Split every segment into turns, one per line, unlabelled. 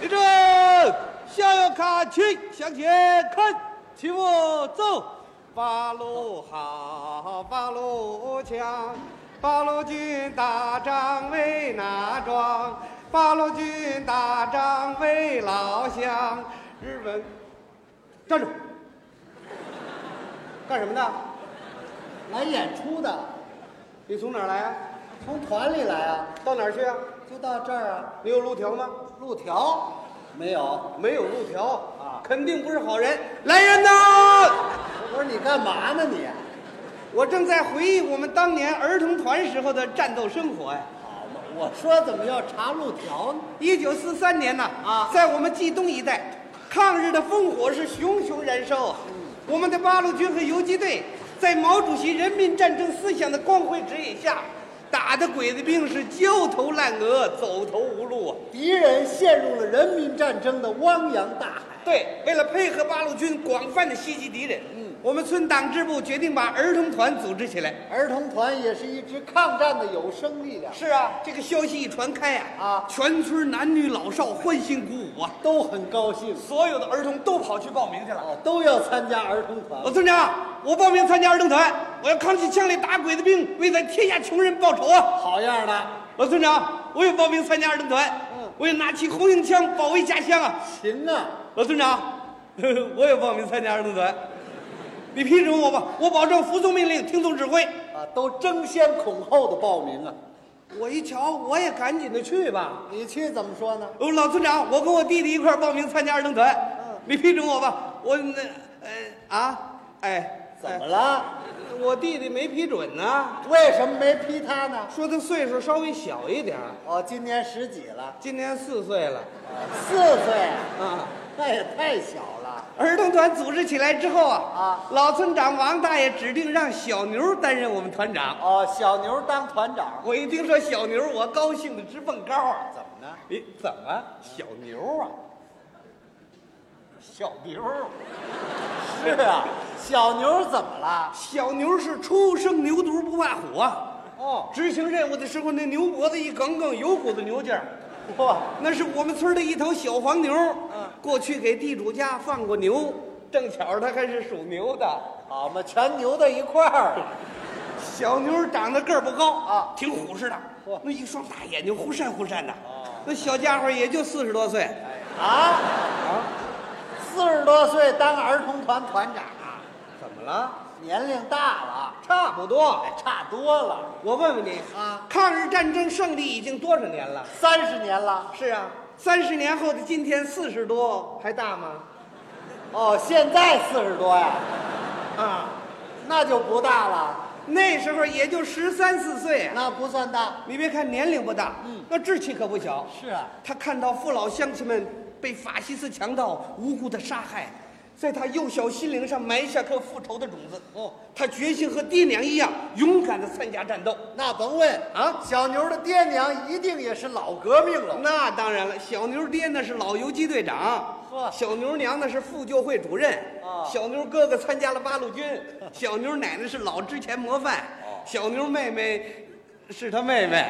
立正，向右看齐，向前看，齐步走。八路好，八路强，八路军打仗为哪桩？八路军打仗为老乡。日本，站住！干什么呢？
来演出的，
你从哪儿来啊？
从团里来啊，
到哪儿去啊？
就到这儿啊。
你有路条吗？
路条没有？
没有路条
啊
肯定不是好人。来人呐！
我说你干嘛呢你？
我正在回忆我们当年儿童团时候的战斗生活呀。
好嘛，我说怎么要查路条呢？
一九四三年呐，
啊
在我们冀东一带，抗日的烽火是熊熊燃烧啊！我们的八路军和游击队，在毛主席人民战争思想的光辉指引下，打的鬼子兵是焦头烂额、走投无路啊！
敌人陷入了人民战争的汪洋大海。
对，为了配合八路军广泛的袭击敌人，
嗯
我们村党支部决定把儿童团组织起来。
儿童团也是一支抗战的有生力量，
是啊，这个消息一传开啊，
啊
全村男女老少欢欣鼓舞啊，
都很高兴
所有的儿童都跑去报名去了。
哦，都要参加儿童
老
团。
村长，我报名参加儿童团，我要扛起枪来打鬼子兵，为咱天下穷人报仇啊！
好样的，
老村长，我也报名参加儿童团，
嗯
我也拿起红缨枪保卫家乡啊！
行啊！
老村长，呵呵 我也报名参加儿童团，你批准我吧，我保证服从命令，听从指挥。
啊，都争先恐后的报名啊！
我一瞧，我也赶紧的去吧。
你去怎么说呢？
哦，老村长，我跟我弟弟一块儿报名参加儿童团，你批准我吧。我那呃啊，哎，
怎么了？
哎？我弟弟没批准呢，
为什么没批他呢？
说他岁数稍微小一点儿，
哦，今年十几了，
今年四岁了
四岁，
啊。
那也太小了。
儿童团组织起来之后啊
啊，
老村长王大爷指定让小牛担任我们团长。
哦，小牛当团长，
我一听说小牛，我高兴的直蹦高啊！
怎么呢？
你怎么小牛啊？小牛，
是啊，小牛怎么了？
小牛是初生牛犊不怕虎啊！
哦，
执行任务的时候，那牛脖子一梗梗，有股子牛劲儿。
哇，
那是我们村儿的一头小黄牛，过去给地主家放过牛，嗯正巧他还是属牛的。
好嘛，全牛到一块儿了。
小牛长得个儿不高
啊
挺虎实的
嚯，
那一双大眼睛忽闪忽闪的。那小家伙也就四十多岁，
啊啊！四十多岁当儿童团团长啊，
怎么了？
年龄大了，
差不多。
哎，差多了
我问问你，
啊，
抗日战争胜利已经多少年了？
三十年了。
是啊，三十年后的今天，四十多还大吗？
哦，现在四十多呀，
啊，
那就不大了，
那时候也就十三四岁啊。
那不算大。
你别看年龄不大，嗯，那志气可不小。
是啊，
他看到父老乡亲们被法西斯强盗无辜的杀害，在他幼小心灵上埋下颗复仇的种子。哦，他决心和爹娘一样勇敢地参加战斗。
那甭问
啊
小牛的爹娘一定也是老革命 了。
那当然了，小牛爹那是老游击队长
呵，
小牛娘那是妇救会主任，
啊
小牛哥哥参加了八路军，小牛奶奶是老之前模范，
哦
小牛妹妹是他妹妹。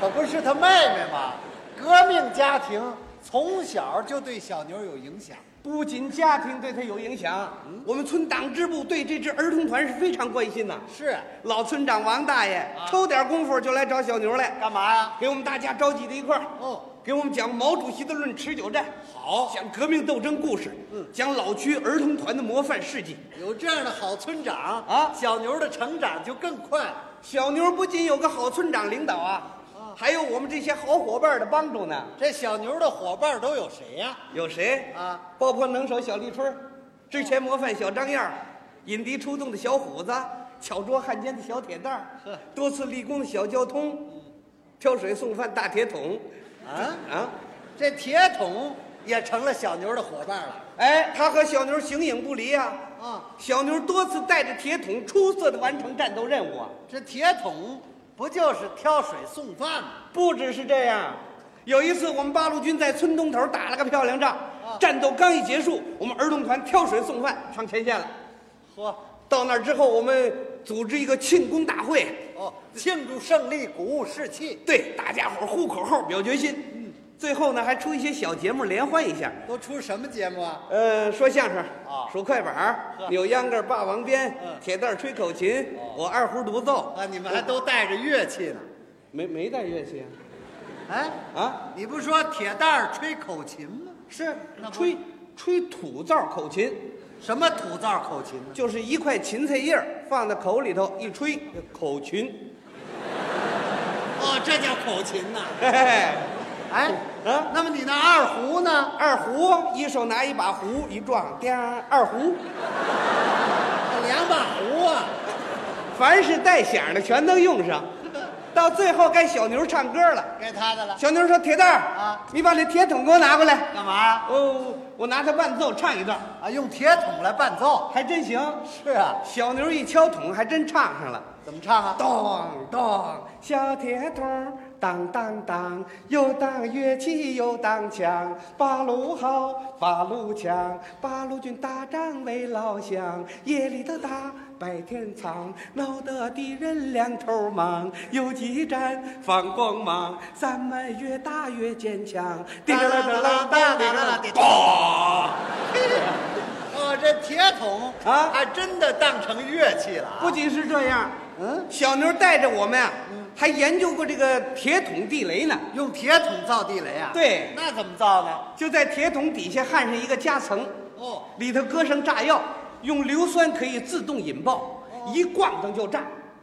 可不是他妹妹吗？革命家庭从小就对小牛有影响。
不仅家庭对他有影响，
嗯
我们村党支部对这支儿童团是非常关心呐。
是啊
老村长王大爷抽点功夫就来找小牛来，
干嘛呀？
给我们大家召集到一块儿，
哦，
给我们讲毛主席的《论持久战》，
好
讲革命斗争故事，嗯，讲老区儿童团的模范事迹。
有这样的好村长
啊
小牛的成长就更快了。
小牛不仅有个好村长领导啊，还有我们这些好伙伴的帮助呢。
这小牛的伙伴都有谁呀、
有谁
啊？
包括能手小立春儿，之前模范小张燕儿，引敌出动的小虎子，巧捉汉奸的小铁蛋儿
呵，
多次立功的小交通，挑水送饭大铁桶，
啊？
啊，
这铁桶也成了小牛的伙伴了。
哎，他和小牛形影不离啊。
啊，
小牛多次带着铁桶出色的完成战斗任务啊。
这铁桶不就是挑水送饭吗？
不只是这样，有一次我们八路军在村东头打了个漂亮仗，战斗刚一结束，我们儿童团挑水送饭上前线了。
嚯，
到那儿之后，我们组织一个庆功大会，
哦，庆祝胜利，鼓舞士气。
对大家伙儿呼口号表决心。最后呢还出一些小节目联欢一下。
都出什么节目啊？
呃，说相声
啊
数快板儿
呵，
扭秧歌儿，霸王鞭
嗯，
铁蛋儿吹口琴，我二胡独奏，
啊，你们还都带着乐器呢？
没没带乐器
哎，
啊？啊，
你不说铁蛋儿吹口琴吗？
是
那不
吹吹土灶口琴，
什么土灶口琴呢？
就是一块芹菜叶儿放在口里头一吹，口琴。
哦，这叫口琴呐、
嘿嘿嘿，
哎，
啊
那么你那二胡呢？
二胡，一手拿一把胡，一撞，颠，二胡。
两把胡啊！
凡是带响的全能用上。到最后该小牛唱歌了，
该他的了。
小牛说：“铁蛋儿
啊
你把这铁桶给我拿过来。
干嘛”
哦，我拿它伴奏唱一段，
啊？用铁桶来伴奏？
还真行。
是啊，
小牛一敲桶，还真唱上了。
怎么唱啊？
咚咚，小铁桶儿当当当，又当乐器又当枪，八路好，八路强，八路军打仗为老乡，夜里头打，白天藏，闹得敌人两头忙，游击战放光芒，咱们越打越坚强。滴啦啦啦啦啦啦啦，
哒！哦，这铁桶
啊
还真的当成乐器了啊。
不仅是这样，
嗯，
小牛带着我们啊，还研究过这个铁桶地雷呢。
用铁桶造地雷啊？
对
那怎么造呢？
就在铁桶底下焊上一个夹层，
哦，
里头搁上炸药，用硫酸可以自动引爆，
哦
一咣当就炸。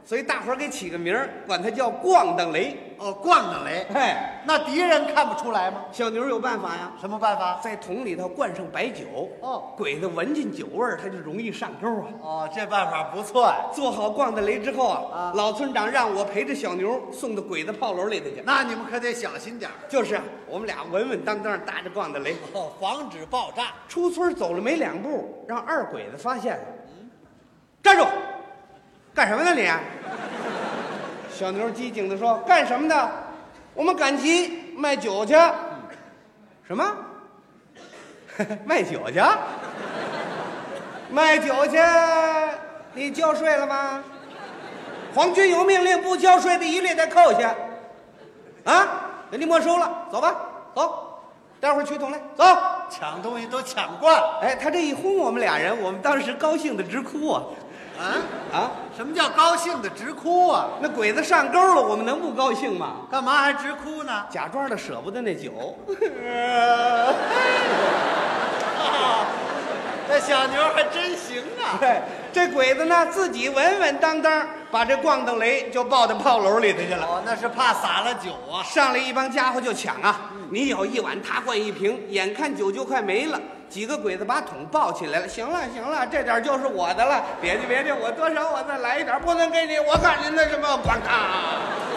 所以大伙儿给起个名儿，管它叫“咣当雷
哦，逛的雷”。。
哎，
那敌人看不出来吗？
小牛有办法呀，
什么办法？
在桶里头灌上白酒，
哦，
鬼子闻进酒味儿，他就容易上钩啊。
哦，这办法不错呀、
做好咣当雷之后啊
啊，
老村长让我陪着小牛送到鬼子炮楼里头去。
那你们可得小心点儿
就是啊，我们俩稳稳当当搭着咣当雷，
哦，防止爆炸。
出村走了没两步，让二鬼子发现了。站住！干什么呢你？小牛机警地说：“干什么的？我们赶集卖酒去。什么？ 卖酒去？卖酒去？你交税了吗？皇军有命令，不交税的一律得扣下。啊，给你没收了。走吧，走，待会儿取桶来，走。”
抢东西都抢惯了
哎，他这一轰我们俩人，我们当时高兴的直哭啊！
啊？
啊，
什么叫高兴的直哭啊？
那鬼子上钩了，我们能不高兴吗？
干嘛还直哭呢？
假装的舍不得那酒，
这小牛还真行啊！
哎，这鬼子呢自己稳稳当当把这咣当雷就抱到炮楼里头去了。
哦，那是怕洒了酒啊。
上来一帮家伙就抢啊！你有一碗，他灌一瓶，眼看酒就快没了，几个鬼子把桶抱起来了。行了行了，这点就是我的了，别介别介，我多少我再来一点，不能给你，我看您那什么咣当，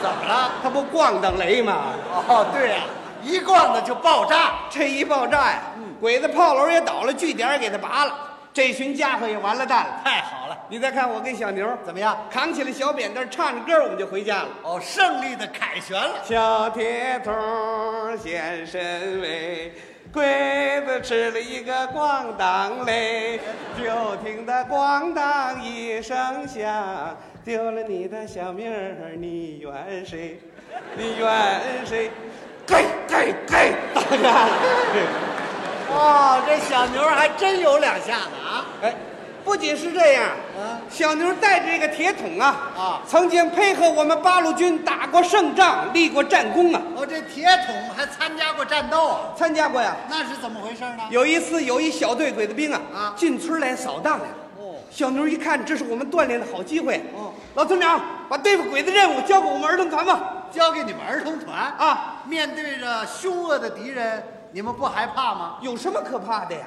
怎么了？
他不咣当雷吗？
哦，对呀、一逛的就爆炸。
这一爆炸呀，鬼子炮楼也倒了，据点也给他拔了，这群家伙也完了蛋了。
太好了，
你再看我跟小牛
怎么样？
扛起了小扁担，唱着歌我们就回家了。
哦，胜利的凯旋了。
小铁桶显身位，鬼子吃了一个咣当嘞，就听得咣当一声响，丢了你的小命儿，你怨谁？你怨谁？给给给！大家。
哦，这小牛还真有两下子啊！
哎，不仅是这样，
啊
小牛带着这个铁桶啊，
啊
曾经配合我们八路军打过胜仗，立过战功啊，
哦，这铁桶还参加过战斗啊？
参加过呀。
那是怎么回事呢？
有一次，有一小队鬼子兵啊，
啊
进村来扫荡来了。
哦
小牛一看，这是我们锻炼的好机会。
哦，
老村长，把对付鬼子任务交给我们儿童团吧。
交给你们儿童团
啊！
面对着凶恶的敌人，你们不害怕吗？
有什么可怕的呀？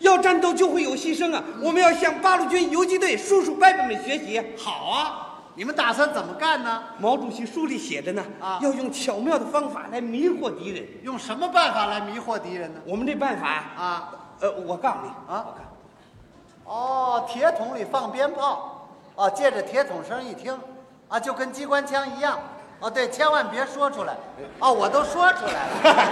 要战斗就会有牺牲啊！
嗯
我们要向八路军游击队叔叔伯伯们学习。
好啊，你们打算怎么干呢？
毛主席书里写着呢，
啊
要用巧妙的方法来迷惑敌人。
用什么办法来迷惑敌人呢？
我们这办法啊，
啊
呃，我告诉你，
啊！哦，铁桶里放鞭炮，哦，借着铁桶声一听，啊，就跟机关枪一样。哦，对，千万别说出来。哦，我都说出来了。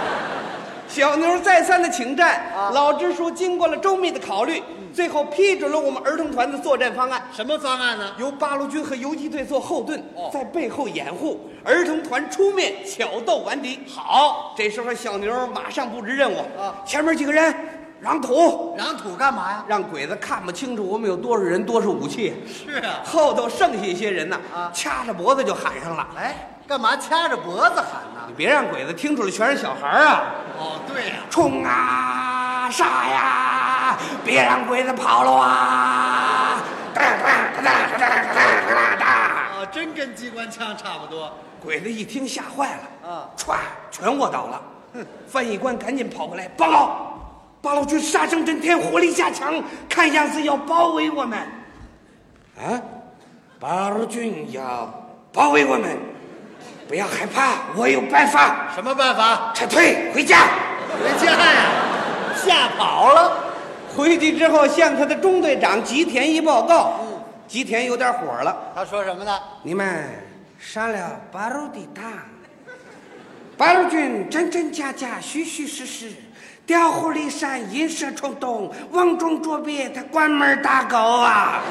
小牛再三的请战，
啊嗯
老支书经过了周密的考虑，最后批准了我们儿童团的作战方案，
什么方案呢？
由八路军和游击队做后盾，
哦
在背后掩护，儿童团出面挑逗顽敌。好，这时候小牛马上布置任务
啊
前面几个人嚷土，
嚷土干嘛呀？
让鬼子看不清楚我们有多少人，多少武器。
是啊。
后头剩下一些人呢，
啊
掐着脖子就喊上了。
哎，干嘛掐着脖子喊呢
你？别让鬼子听出来全是小孩儿啊！
哦，对呀、
冲啊，杀呀！别让鬼子跑了啊！哒哒哒哒哒哒哒哒
啊，真跟机关枪差不多。
鬼子一听吓坏了，
啊
歘，全卧倒了。哼，翻译官赶紧跑过来，报告，八路军杀声震天，火力加强，看样子要包围我们。啊，八路军要包围我们，不要害怕，我有办法，
什么办法？
撤退回家。
回家呀，吓跑了。
回去之后向他的中队长吉田一报告，吉田有点火了，
他说什么呢？
你们杀了八路的党，八路军真真假假，虚虚实实，调虎离山，引蛇冲动，瓮中捉鳖，他关门打狗啊！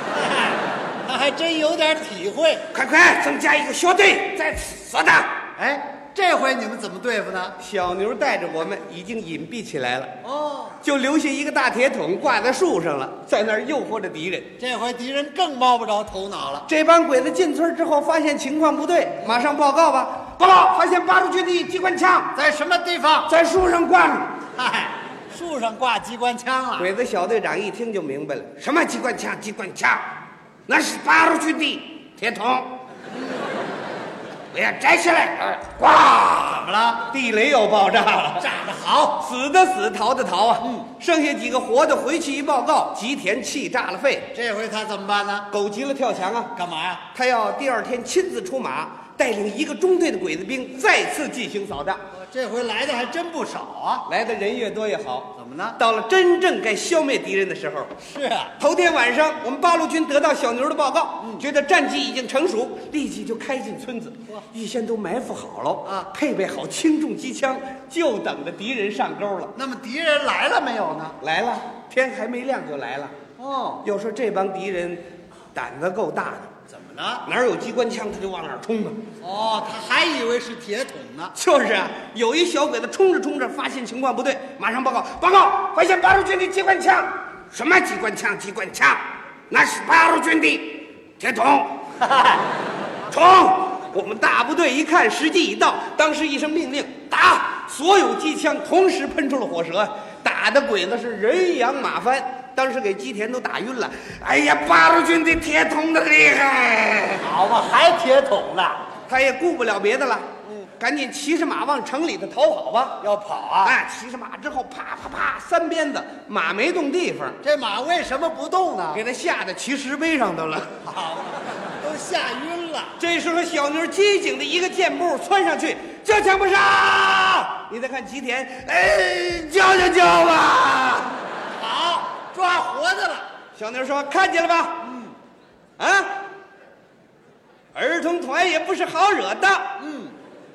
他还真有点体会。
快快增加一个小队，在此扫荡。
哎，这回你们怎么对付呢？
小牛带着我们已经隐蔽起来了，
哦，
就留下一个大铁桶挂在树上了，在那儿诱惑着敌人。
这回敌人更摸不着头脑了。
这帮鬼子进村之后，发现情况不对，马上报告吧。报告，发现八路军的机关枪
在什么地方？
在树上挂着。
嗨，树上挂机关枪了。
鬼子小队长一听就明白了，什么机关枪？机关枪，那是八路军的铁桶。我要摘下来，啊
怎
挂！
么了？
地雷有爆炸了，
炸得好，
死的死，逃的逃啊！嗯，剩下几个活的回去一报告，吉田气炸了肺，
这回他怎么办呢？
狗急了跳墙啊！
干嘛呀？
他要第二天亲自出马，带领一个中队的鬼子兵再次进行扫荡。
这回来的还真不少啊。
来的人越多越好。
怎么呢？
到了真正该消灭敌人的时候，
是啊，
头天晚上我们八路军得到小牛的报告，
嗯
觉得战机已经成熟，立即就开进村子，预先都埋伏好了
啊
配备好轻重机枪，就等着敌人上钩了。
那么敌人来了没有呢？
来了，天还没亮就来了。
哦，
要说这帮敌人胆子够大的，
怎么了？
哪儿有机关枪他就往哪儿冲啊！
哦，他还以为是铁桶呢。
就是啊，有一小鬼子冲着冲着，发现情况不对，马上报告报告，发现八路军的机关枪。什么机关枪？机关枪，那是八路军的铁桶。冲！我们大部队一看时机已到，当时一声命令，打！所有机枪同时喷出了火舌，打的鬼子是人仰马翻。当时给基田都打晕了。哎呀，八路军的铁桶的厉害！
好吧，还铁桶呢，
他也顾不了别的了，嗯，赶紧骑着马往城里头逃跑吧。
要跑啊？
哎，骑着马之后，啪啪啪，三鞭子，马没动地方，
这马为什么不动呢？
给他吓得骑石碑上头了。
好，都吓晕了。
这时候，小妞机警的一个箭步窜上去，交枪不杀。你再看吉田，哎，交就交吧。
好，抓活的了。
小妞说：“看见了吧？嗯，啊，儿童团也不是好惹的。嗯，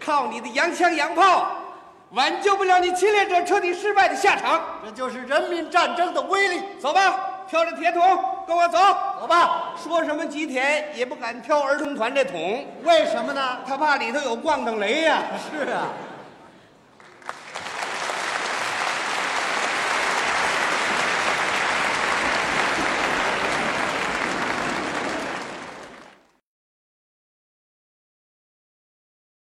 靠你的洋枪洋炮，挽救不了你侵略者彻底失败的下场。
这就是人民战争的威力。
走吧，挑着铁桶，跟我走。”
好吧，
说什么吉田也不敢挑儿童团这桶，
为什么呢？
他怕里头有逛荡雷呀、
是啊，